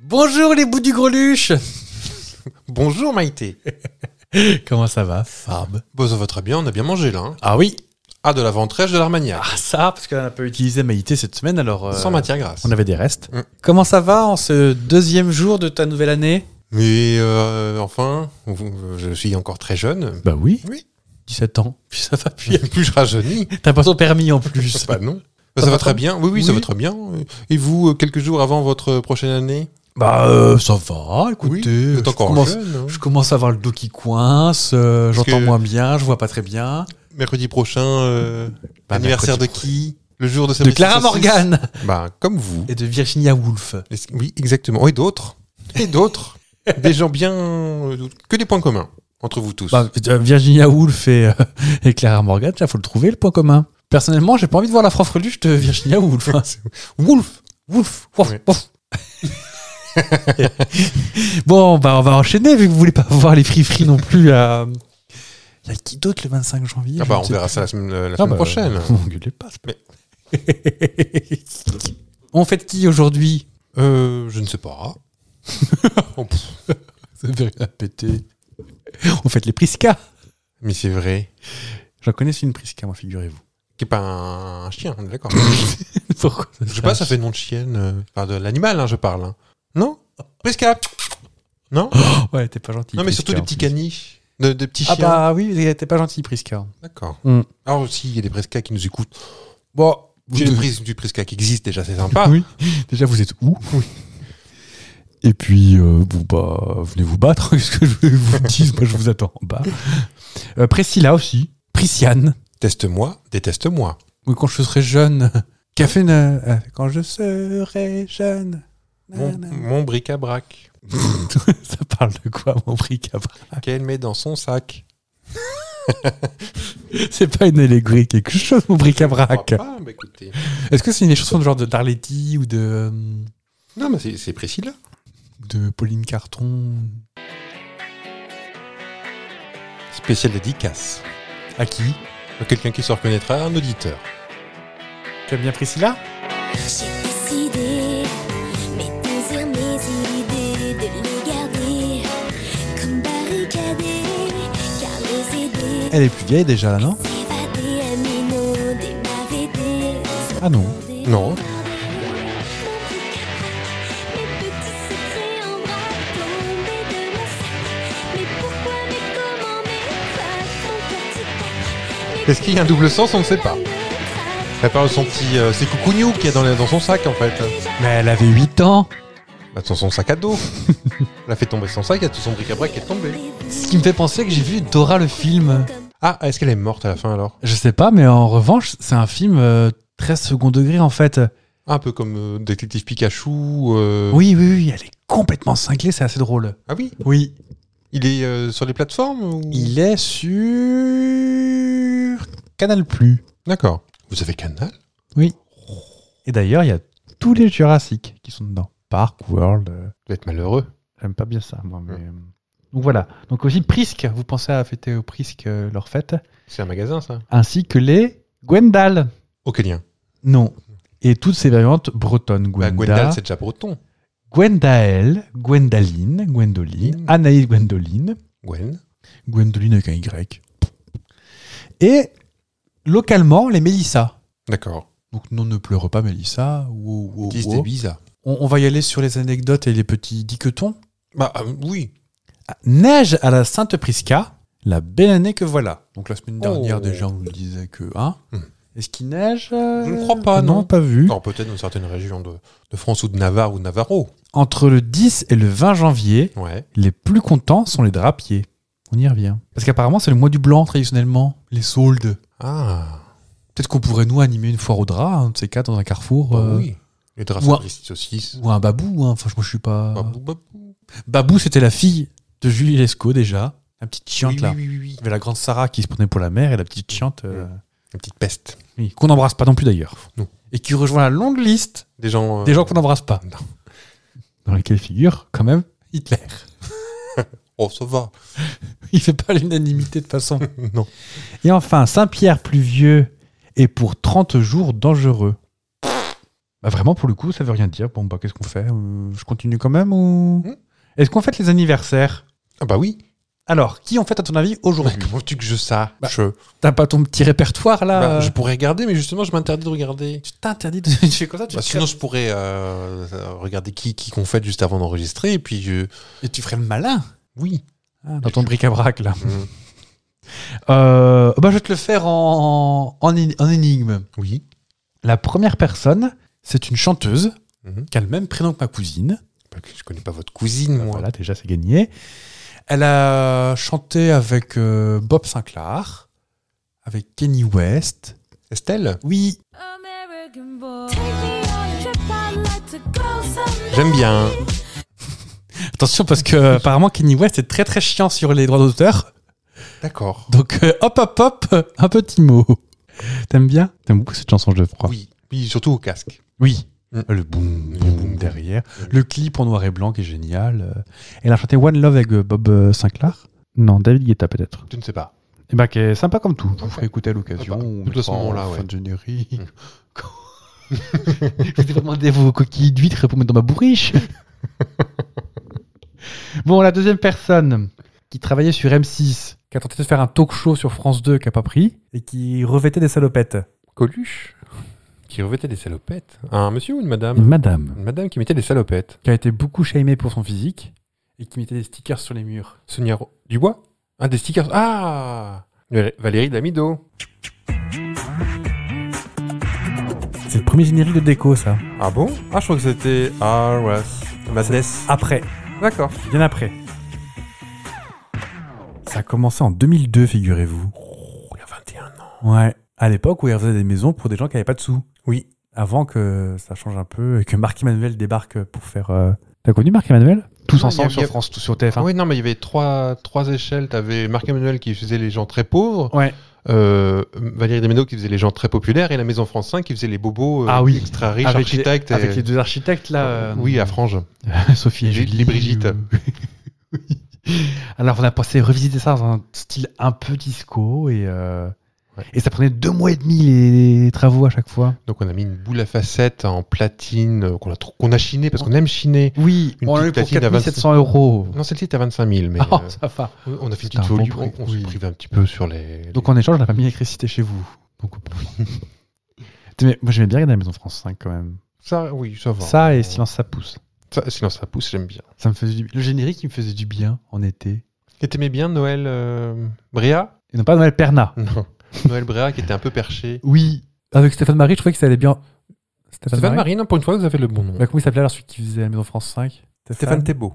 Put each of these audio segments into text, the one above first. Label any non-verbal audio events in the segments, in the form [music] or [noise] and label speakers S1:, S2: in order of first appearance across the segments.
S1: Bonjour les bouts du greluche
S2: Bonjour Maïté.
S1: [laughs] Comment ça va, Farb
S2: Bon, ça va très bien, on a bien mangé là. hein.
S1: Ah oui
S2: Ah, de la ventrèche de l'Armagnac.
S1: Ah ça, parce qu'on n'a pas utilisé Maïté cette semaine, alors... euh,
S2: Ah, Sans matière grasse.
S1: On avait des restes.
S2: Mm.
S1: Comment ça va en ce deuxième jour de ta nouvelle année
S2: Mais euh, enfin, vous- je suis encore très jeune.
S1: Bah oui.
S2: Oui.
S1: 17 ans. Puis ça va plus.
S2: Puis [laughs] plus je rajeunis.
S1: T'as pas ton permis en plus. [laughs]
S2: Bah non.
S1: Ça
S2: Bah, ça
S1: va
S2: va très
S1: pas
S2: bien. Oui, oui, ça
S1: Oui.
S2: va très bien. Et vous, euh, quelques jours avant votre prochaine année
S1: Bah euh, ça va, écoutez.
S2: Oui, vous êtes
S1: je,
S2: encore
S1: commence,
S2: jeune. hein.
S1: je commence à avoir le dos qui coince, euh,
S2: Parce
S1: j'entends
S2: que-
S1: moins bien, je vois pas très bien.
S2: Mercredi prochain, euh,
S1: Bah,
S2: anniversaire de
S1: mercredi
S2: qui Le jour de sa
S1: De
S2: petite
S1: Clara
S2: saucisse
S1: Morgan
S2: Bah, comme vous.
S1: et de Virginia Woolf.
S2: Est-ce- Oui, exactement. Et d'autres. Et
S1: [laughs]
S2: d'autres. des gens bien... euh, Que des points communs entre vous tous.
S1: Bah, euh, Virginia Woolf et, euh, et Clara Morgan, il faut le trouver le point commun. Personnellement, j'ai pas envie de voir la franfreluche de Virginia Woolf.
S2: [laughs]
S1: hein.
S2: Wolf
S1: Woolf, [laughs] wouf,
S2: Ouais.
S1: wouf. bon, bah, on va enchaîner vu que vous voulez pas voir les free-free non plus. à Il y a qui d'autre le 25 janvier
S2: Ah
S1: Je
S2: bah,
S1: ne
S2: on
S1: sais
S2: verra
S1: plus.
S2: ça la semaine, la
S1: Ah
S2: semaine
S1: bah, [laughs]
S2: prochaine.
S1: vous m'engueulez pas, c'est
S2: Mais-
S1: pas- [laughs] on fait qui aujourd'hui
S2: Euh, je ne
S1: [laughs]
S2: sais pas. Oh, pff,
S1: Ça fait rien péter. On fait les Prisca.
S2: mais c'est vrai.
S1: J'en connais une Prisca, moi, figurez-vous.
S2: Qui est pas un, un chien, on est d'accord.
S1: [laughs] Pourquoi
S2: je sais pas, ça fait nom de chienne. euh, Enfin, de l'animal, hein, je parle. hein. Non Prisca Non
S1: Ouais, t'es pas gentil.
S2: Non, mais surtout
S1: Prisca,
S2: des
S1: en
S2: petits
S1: plus.
S2: caniches. De, des petits
S1: Ah
S2: chiens.
S1: bah oui, t'es pas gentil, Prisca.
S2: D'accord.
S1: Mm.
S2: Alors, aussi, il y a des Prisca qui nous écoutent. Bon,
S1: Vous
S2: j'ai
S1: devez-
S2: une prise du Prisca qui existe déjà,
S1: [laughs]
S2: c'est sympa.
S1: Oui. Déjà, vous êtes où Et puis, euh, bon, bah, venez vous battre. [laughs] Qu'est-ce que je voulais que vous dise Moi, je vous attends en bas. Euh, Priscilla aussi. Prisciane.
S2: Teste-moi, déteste-moi.
S1: Oui, quand je serai jeune. [laughs] Café. na- euh, Quand je serai jeune.
S2: Mon,
S1: Nanana.
S2: mon bric-à-brac
S1: [laughs] Ça parle de quoi, mon bric à brac
S2: qu'elle met dans son sac.
S1: C'est pas une allégorie, quelque chose, mon bric à
S2: Je crois
S1: brac.
S2: pas, bah, écoutez.
S1: Est-ce que c'est une chanson de genre de d'Arletty ou de, euh,
S2: Non, mais c'est- c'est précis là.
S1: de Pauline Carton
S2: Spécial dédicace.
S1: À qui
S2: Euh, Quelqu'un qui se reconnaîtra, un auditeur.
S1: Tu aimes bien Priscilla
S3: J'ai décidé mes désirs, mes idées, de les garder comme barricadés, car les aider,
S1: Elle est plus vieille déjà là, non
S3: s'évader à mes mots, des m'arrêter,
S1: Ah non.
S3: s'aborder.
S2: Non.
S3: Mes petits secrets en vrac tombés de mon sac. Mais pourquoi, mais comment, mais ça, ton petit tac. Mes
S2: Est-ce qu'il y a un double sens On ne sait pas. Elle parle de son petit. euh, c'est Coucougnou qui est dans, dans son sac en fait.
S1: Mais elle avait 8 ans.
S2: Bah, dans son sac à [laughs] dos. Elle a fait tomber son sac, il y a tout son bric-à-brac qui est tombé.
S1: Ce qui me fait penser que j'ai vu Dora le film.
S2: Ah, est-ce qu'elle est morte à la fin alors
S1: Je sais pas, mais en revanche, c'est un film euh, très second degré en fait.
S2: Un peu comme euh, Détective Pikachu. euh,
S1: Oui, oui, oui, elle est complètement cinglée, c'est assez drôle.
S2: Ah oui
S1: Oui.
S2: Il est euh, sur les plateformes ou-
S1: Il est sur Canal Plus.
S2: D'accord. Vous avez Canal
S1: Et d'ailleurs, il y a tous les Jurassic qui sont dedans. Park, World. euh,
S2: Vous êtes malheureux.
S1: J'aime pas bien ça, moi. Mais... euh. Donc voilà. Donc aussi Prisque, vous pensez à fêter au Prisque euh, leur fête.
S2: C'est un magasin ça
S1: Ainsi que les Gwendal.
S2: Aucun lien.
S1: Non. Et toutes ces variantes bretonnes. Gwenda,
S2: Bah, Gwendal, c'est déjà breton.
S1: Gwendael, Gwendaline, Gwendoline,
S2: Mm.
S1: Anaïs Gwendoline,
S2: Gwen.
S1: Gwendoline avec un Y. Et localement, les Mélissa.
S2: D'accord.
S1: Donc non, ne pleure pas Mélissa. Wow, wow,
S2: 10
S1: wow.
S2: des bizarres.
S1: On, on va y aller sur les anecdotes et les petits dictons.
S2: Bah euh, oui.
S1: Ah, Neige à la Sainte Prisca, la belle année que voilà. Donc la semaine dernière,
S2: Oh.
S1: déjà, on nous disait que... Hein
S2: Mm.
S1: Est-ce qu'il neige euh,
S2: Je ne crois pas, non.
S1: pas vu.
S2: Non, peut-être dans certaines régions de, de France ou de Navarre ou de Navarro.
S1: Entre le 10 et le 20 janvier,
S2: Ouais.
S1: Les plus contents sont les drapiers. On y revient. Parce qu'apparemment, c'est le mois du blanc traditionnellement, les soldes.
S2: Ah.
S1: Peut-être qu'on pourrait, nous, animer une foire au drap, un de ces quatre, dans un carrefour.
S2: Bah
S1: euh,
S2: oui. Les draps
S1: Ouah.
S2: saucisses.
S1: Ou un babou, hein. enfin, je- moi, je suis pas.
S2: Babou, babou.
S1: Babou, c'était la fille de Julie Lescaut, déjà. La petite chiante,
S2: Oui,
S1: là.
S2: oui, oui, oui,
S1: Il y avait la grande Sarah qui se prenait pour la mère et la petite chiante. euh,
S2: Une petite peste.
S1: oui, qu'on n'embrasse pas non plus, d'ailleurs.
S2: Non.
S1: Et qui rejoint la longue liste
S2: Des gens. euh,
S1: des gens qu'on n'embrasse pas.
S2: Non.
S1: Dans lesquels figure, quand même, Hitler.
S2: Oh, ça va.
S1: [laughs]
S2: [laughs]
S1: Il fait pas l'unanimité de [laughs] façon.
S2: non.
S1: Et enfin, Saint-Pierre pluvieux et pour 30 jours dangereux. Bah vraiment, pour le coup, ça veut rien dire. Bon, bah, qu'est-ce qu'on fait Euh, Je continue quand même ou.
S2: Hmm.
S1: Est-ce qu'on fête les anniversaires
S2: Ah bah oui.
S1: Alors, qui en fait, à ton avis,
S2: Mais
S1: aujourd'hui
S2: comment veux-tu que je sache
S1: Bah, euh, T'as pas ton petit répertoire
S2: Bah,
S1: là
S2: Je pourrais regarder, mais justement, je m'interdis de regarder.
S1: Tu t'interdis de. [laughs] Tu fais comme ça, tu,
S2: Bah,
S1: te
S2: sinon, je pourrais euh, euh, regarder qui qui qu'on fait juste avant d'enregistrer, et puis je...
S1: ferais- et tu ferais le malin
S2: oui.
S1: Ah, dans ton bric-à-brac là.
S2: Mm.
S1: Euh, bah, je vais te le faire en, en, en- en énigme.
S2: Oui.
S1: La première personne, c'est une chanteuse
S2: Mhm.
S1: qui a le même prénom que ma cousine.
S2: Bah, que je connais pas votre cousine, moi.
S1: Bah, Voilà, déjà, c'est gagné. Elle a chanté avec euh, Bob Sinclair, avec Kenny West.
S2: Estelle
S1: Oui,
S4: American boy. Take me on a trip, I'd like to go someday.
S2: J'aime bien.
S1: attention parce que euh, apparemment Kenny West est très très chiant sur les droits d'auteur.
S2: D'accord.
S1: Donc euh, hop hop hop, euh, un petit mot. T'aimes bien T'aimes beaucoup cette chanson, je crois.
S2: Oui. Oui, surtout au casque.
S1: Oui.
S2: Mm.
S1: Le boum,
S2: Le
S1: boum,
S2: boum.
S1: derrière.
S2: Mm.
S1: Le clip en noir et blanc qui est génial. Euh, Elle a chanté One Love avec euh, Bob euh, Sinclair. Non, David Guetta peut-être.
S2: Je ne sais pas.
S1: Et ben, qui est sympa comme tout. Je vous
S2: Ok.
S1: ferai écouter Ah bah, à l'occasion.
S2: Sympa.
S1: on
S2: Tout à
S1: mettra
S2: ce
S1: en
S2: moment-là,
S1: fin
S2: ouais.
S1: de générique. Mm. [laughs] Je vous ai demandé vos coquilles d'huîtres pour mettre dans ma bourriche. [laughs] bon, la deuxième personne qui travaillait sur M6, qui a tenté de faire un talk show sur France 2, qui a pas pris, et qui revêtait des salopettes.
S2: Coluche qui revêtait des salopettes. Un monsieur ou une madame
S1: Madame,
S2: Une madame qui mettait des salopettes.
S1: qui a été beaucoup shamée pour son physique, et qui mettait des stickers sur les murs.
S2: Sonia Ro- Dubois Ah, des stickers. Ah Val- Valérie Damido.
S1: C'est le premier générique de déco, ça.
S2: Ah bon Ah, je crois que c'était Ah, ouais. Madness.
S1: Après.
S2: D'accord.
S1: Bien après. Ça a commencé en 2002, figurez-vous. Oh,
S2: il y a 21 ans.
S1: Ouais. À l'époque où ils refaisaient des maisons pour des gens qui n'avaient pas de sous.
S2: Oui.
S1: Avant que ça change un peu et que Marc Emmanuel débarque pour faire. euh, T'as connu Marc Emmanuel Tous
S2: Non, ensemble y a- sur y a-
S1: France, sur TF1.
S2: Ah oui, non, mais il y avait trois, trois échelles. T'avais Marc-Emmanuel qui faisait les gens très pauvres,
S1: Ouais.
S2: euh, Valérie Damido qui faisait les gens très populaires, et la Maison France 5 qui faisait les bobos euh,
S1: Ah oui.
S2: extra riches,
S1: Avec les-
S2: architectes. et-
S1: Avec les deux architectes là. euh,
S2: Oui, à Frange.
S1: Eh, Sophie et
S2: les-
S1: Julie.
S2: les Brigitte.
S1: Oui. [laughs] Alors on a pensé revisiter ça dans un style un peu disco et. euh,
S2: Ouais.
S1: Et ça prenait deux mois et demi les, les travaux à chaque fois.
S2: Donc on a mis une boule à facettes en platine euh, qu'on a, tr- qu'on a chiné parce qu'on aime chiner.
S1: Oui,
S2: Une
S1: on l'a eu
S2: petite
S1: pour
S2: platine à
S1: 4700 euros. [laughs]
S2: Non, celle-ci était à 25 000, mais
S1: Oh,
S2: euh,
S1: ça va.
S2: on a fait
S1: c'était
S2: une
S1: un
S2: petite folie,
S1: bon prix,
S2: on, on se
S1: oui.
S2: prive un petit peu sur les...
S1: Donc en échange, on n'a pas mis l'électricité chez vous. Donc,
S2: [laughs]
S1: Mais moi j'aimais bien regarder la Maison France 5 quand même.
S2: Ça, oui, ça va.
S1: Ça et Silence ça pousse.
S2: Ça, silence, ça pousse, j'aime bien.
S1: Ça me faisait du- Le générique il me faisait du bien en été.
S2: Et t'aimais bien Noël euh, Bréa
S1: Et non pas Noël Perna.
S2: Non. [laughs] Noël Bréa qui était un peu perché.
S1: Oui. Avec Stéphane Marie, je trouvais que ça allait bien. Stéphane,
S2: Stéphane Marie, non, pour une fois, vous avez le bon nom.
S1: Bah, comment il s'appelait alors celui qui faisait la Maison France 5
S2: Thébault.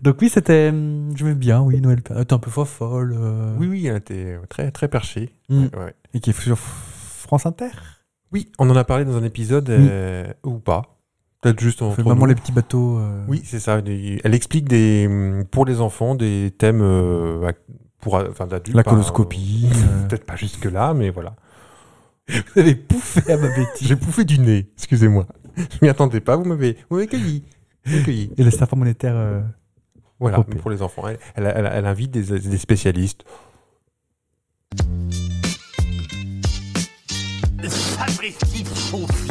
S1: Donc oui, c'était. hum, J'aimais bien, oui, Noël Perna. Elle était un peu fofolle. euh,
S2: oui, elle était très, très perché.
S1: Mm.
S2: Ouais.
S1: Et qui est sur F- France Inter.
S2: Oui, on en a parlé dans un épisode euh, ou pas. Peut-être juste en.
S1: Fait Maman les petits bateaux. euh,
S2: Oui, c'est ça. des- Elle explique des, pour les enfants des thèmes euh, ac- pour, euh, enfin, d'adultes.
S1: La
S2: pas-
S1: coloscopie.
S2: euh,
S1: euh,
S2: [laughs] Peut-être pas jusque-là, mais voilà.
S1: Vous avez pouffé à ma bêtise.
S2: J'ai bouffé du nez, excusez-moi. Je m'y attendais pas, vous m'avez vous m'avez cueilli. Vous m'avez cueilli.
S1: Et le serpent monétaire. euh,
S2: Voilà,
S1: Propé.
S2: pour les enfants. Elle, elle- elle- elle invite des, des spécialistes.
S5: Fabrique-t-il faux